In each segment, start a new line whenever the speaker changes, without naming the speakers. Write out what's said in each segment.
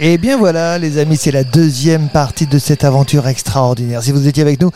Et bien voilà, les amis, c'est la deuxième partie de cette aventure extraordinaire. Si vous étiez avec nous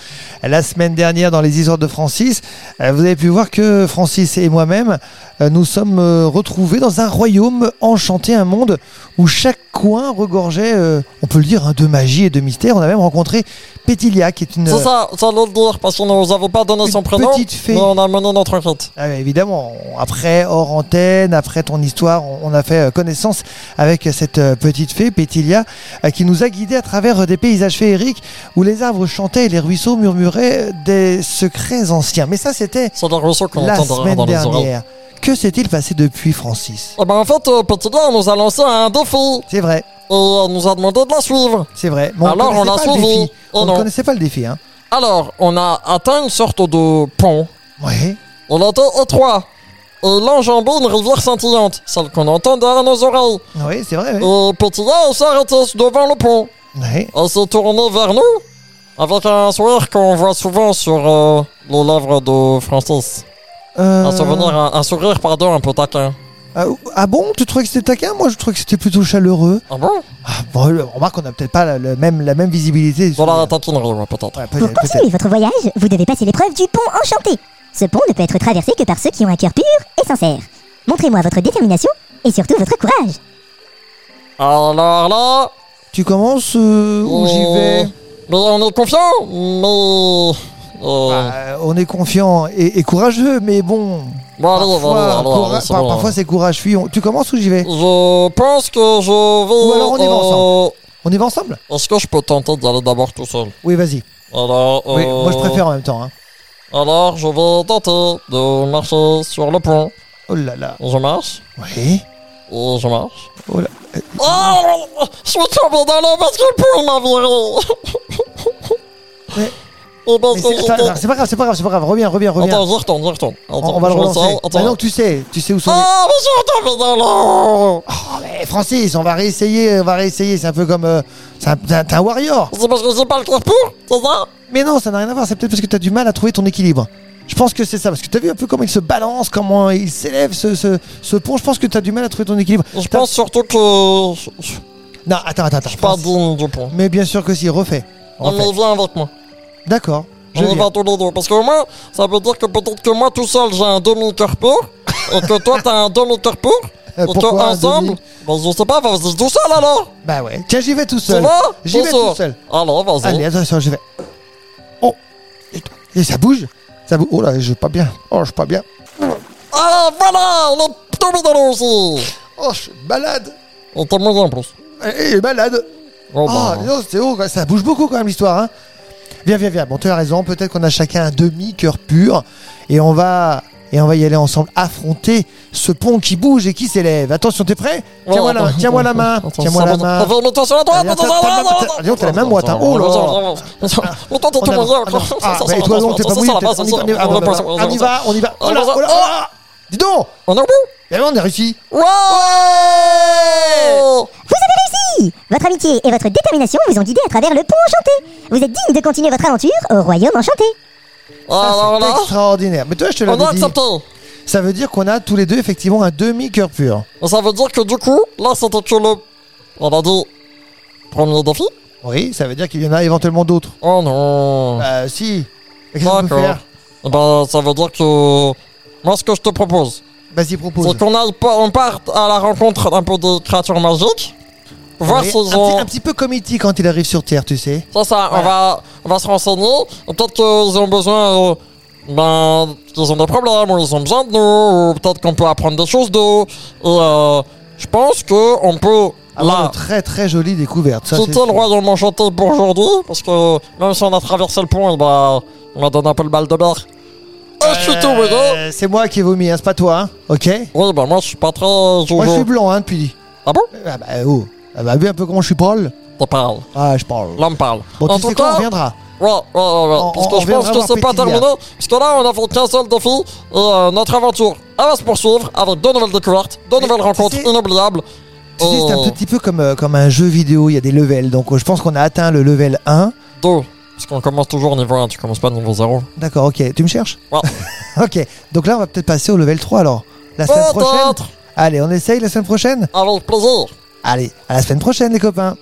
la semaine dernière dans les histoires de Francis, euh, vous avez pu voir que Francis et moi-même, euh, nous sommes euh, retrouvés dans un royaume enchanté, un monde où chaque coin regorgeait, euh, on peut le dire, hein, de magie et de mystère. On a même rencontré Pétilia, qui est une... euh,
C'est ça, j'allais le dire, parce qu'on ne vous avait pas donné
Une
son prénom.
petite fée.
Mais on a mené notre enquête.
Ah, mais évidemment, on- après, hors antenne, après ton histoire, on, on a fait euh, connaissance avec euh, cette euh, petite fée, Pétilia, euh, qui nous a guidés à travers euh, des paysages féeriques où les arbres chantaient et les ruisseaux murmuraient euh, des secrets anciens. Mais ça, c'était
C'est le ruisseau qu'on
la
entendra
semaine
dans les oreilles.
dernière. Que s'est-il passé depuis, Francis
Eh ben, en fait, euh, Petit Lin nous a lancé un défi
C'est vrai,
et euh, nous a demandé de la suivre.
c'est vrai. Mais on
Alors, on
connaissait
l'a
pas le
suivi.
défi.
Oh
on ne
non.
connaissait pas le défi, hein
Alors, on a atteint une sorte de pont.
Ouais.
Il était étroit. Et l'enjambé une rivière scintillante, celle qu'on entend derrière nos oreilles.
Oui, c'est vrai. oui.
Et Petit Lin s'est arrêté devant le pont.
Ouais.
Elle s'est tournée vers nous avec un sourire qu'on voit souvent sur euh, les lèvres de Francis.
Euh,
Un, souvenir, un, un sourire, pardon, un peu taquin.
ah, ah bon Tu trouvais que c'était taquin Moi, je trouvais que c'était plutôt chaleureux.
Ah bon
Ah, bon, le- remarque, on n'a peut-être pas la, le même, la même visibilité.
Dans
sur-
la taquinerie, ouais, peut-être.
Ouais,
Pour
peut-être, peut-être.
continuer votre voyage, vous devez passer l'épreuve du pont enchanté. Ce pont ne peut être traversé que par ceux qui ont un cœur pur et sincère. Montrez-moi votre détermination et surtout votre courage.
Alors là...
Tu commences euh, ou
euh,
j'y vais
Mais on est confiant, mais... Euh,
Bah, On est confiant et, et courageux, mais bon.
bon, allez,
Bah, parfois,
allez, allez,
coura-
allez, c'est
par-
bon.
parfois, c'est courage fuyant. Tu commences ou j'y vais
Je pense que je vais...
Ou alors on y va ensemble. On y va ensemble
euh, Est-ce que je peux tenter d'aller d'abord tout seul
Oui, vas-y.
Alors,
Oui,
euh,
moi, je préfère en même temps. hein.
Alors, je vais tenter de marcher sur le pont.
Oh là là.
Je marche,
Oui.
et je marche.
Oh là.
Oh Je suis tombé dans l'eau parce que le pont m'a viré
Mais-
Et parce
Mais
que
c'est
j'étais-
attends, attends, c'est pas grave, c'est pas grave, c'est pas grave. Reviens, reviens, reviens.
Attends, j'y retourne, j'y retourne. Attends,
on, on va le
je
relancer.
ressors, attends.
Maintenant que tu sais, tu sais où sont les-
Ah, mais je suis tombé dans l'eau
Oh, mais Francis, on va réessayer, on va réessayer. C'est un peu comme. euh, c'est un, t'es un- t'es un warrior.
C'est parce que j'ai pas le cœur pur, c'est ça
Mais non, ça n'a rien à voir. C'est peut-être parce que t'as du mal à trouver ton équilibre. Je pense que c'est ça. Parce que t'as vu un peu comment il se balance, comment il s'élève, ce, ce, ce pont. Je pense que t'as du mal à trouver ton équilibre.
Je
T'as-
pense surtout que je je suis
Non, attends, attends, attends.
pas
Francis.
digne du pont.
Mais bien sûr que si, refais.
Non,
refais.
mais viens avec moi.
D'accord. Je
on y
viens.
va tous les deux. Parce que moi, ça veut dire que peut-être que moi tout seul j'ai un demi-cœur pur, et que toi t'as un demi-cœur pur,
Euh,
et
pourquoi un
ensemble,
demi
bah, je sais pas, vas-y tout seul alors
Bah ouais. Tiens, j'y vais tout seul.
Tu vas
J'y vais
seul.
tout seul.
Alors vas-y.
Allez, attention, j'y vais. Oh. Et ça bouge. Ça bouge. Oh là, je suis pas bien. Oh, je suis pas bien.
Ah voilà, on est tombé dans l'eau aussi
Oh, je suis malade.
On t'a mouillé en plus.
Elle est malade.
Oh,
Ah,
bah,
dis donc, c'est haut, quoi. ça bouge beaucoup quand même l'histoire. Hein viens, viens, viens. Bon, tu as raison. Peut-être qu'on a chacun un demi-cœur pur. Et on va. Et on va y aller ensemble affronter ce pont qui bouge et qui s'élève. Attention, t'es prêt Tiens-moi la,
attends,
tiens la
attends,
main.
Oh. attends,
Tiens-moi
ça
la
va-
main.
Attends, mets-toi sur la droite,
Allez,
mets-toi sur la
attends,
droite,
attends, dis donc, t'as la main
attends,
moite, hein. Oh là là.
attends, Mais toi, t'es
On
tout
avance,
mouillé,
on avance.
quoi.
Ah,
Ça, ça,
bah, et
ça,
toi
ça,
non, t'es
ça,
pas
ça,
mouillé.
ça,
t'es-
ça, ça,
On y va,
ça,
on y va,
ça,
on y va,
ça,
on y va, on y va. Oh
On
là,
avance.
oh là, oh là. Dis donc
On est au bout
Eh ben, on a réussi
Ouais
Vous avez réussi Votre amitié et votre détermination vous ont guidé à travers le pont enchanté. Vous êtes digne de continuer votre aventure au royaume enchanté.
Ça,
Alors
c'est
Oh là,
extraordinaire. Mais toi, je te
on a
l'avais dit.
accepté.
Ça veut dire qu'on a tous les deux effectivement un demi-cœur pur.
Ça veut dire que du coup, là, c'était que le. On a dit. Premier défi
Oui, ça veut dire qu'il y en a éventuellement d'autres.
Oh non
Bah si. Qu'est-ce qu'on peut faire
Eh ben, ça veut dire que. Moi, ce que je te propose,
Vas-y, propose.
c'est qu'on aille pas- on parte à la rencontre un peu des créatures magiques. Voir
Oui,
si
un,
ils
petit,
ont.
un petit peu comme E.T. quand il arrive sur Terre, tu sais.
Ça, ça, on, va, on va se renseigner. Et Peut-être qu'ils ont besoin. euh, ben, qu'ils ont des problèmes, ou ils ont besoin de nous, ou peut-être qu'on peut apprendre des choses d'eux. Et euh, je pense qu'on peut.
Avoir
là,
une très très jolie découverte. Ça, Ah c'est
quitter le
sûr.
royaume enchanté pour aujourd'hui, parce que même si on a traversé le pont, eh ben, on a donné un peu le bal de mer. Et je suis tout mouillé.
Euh, c'est moi qui ai vomi, hein, c'est pas toi, hein. Ok
Oui, ben moi, je suis pas très. jojo.
Moi je suis blanc, hein, depuis.
Ah bon
Ah bah oh. Ah bah vu un peu comment je suis parle
T'en parles.
Ah, je parle.
Là, on parle.
Bon,
en
tu
tout
sais quoi, on
cas,
reviendra.
Ouais, ouais, ouais, ouais.
On-
parce
on
que je
reviendra
pense que
voir
c'est pas
Pétilla.
terminé. Parce que là, on a fait qu'un seul défi. Et euh, notre aventure, elle va se poursuivre avec deux nouvelles découvertes, deux
Mais
nouvelles
tu
rencontres
sais-
inoubliables.
Tu sais, c'est
Euh,
un petit peu comme, euh, comme un jeu vidéo, il y a des levels. Donc euh, je pense qu'on a atteint le level 1.
Deux. Parce qu'on commence toujours niveau 1, tu commences pas niveau 0.
D'accord, ok. Tu me cherches
Ouais.
ok. Donc là, on va
Oh,
peut-être passer au level 3 alors. La semaine prochaine
Peut-être,
Allez, on essaye la semaine prochaine
avec plaisir.
Allez, à la semaine prochaine les copains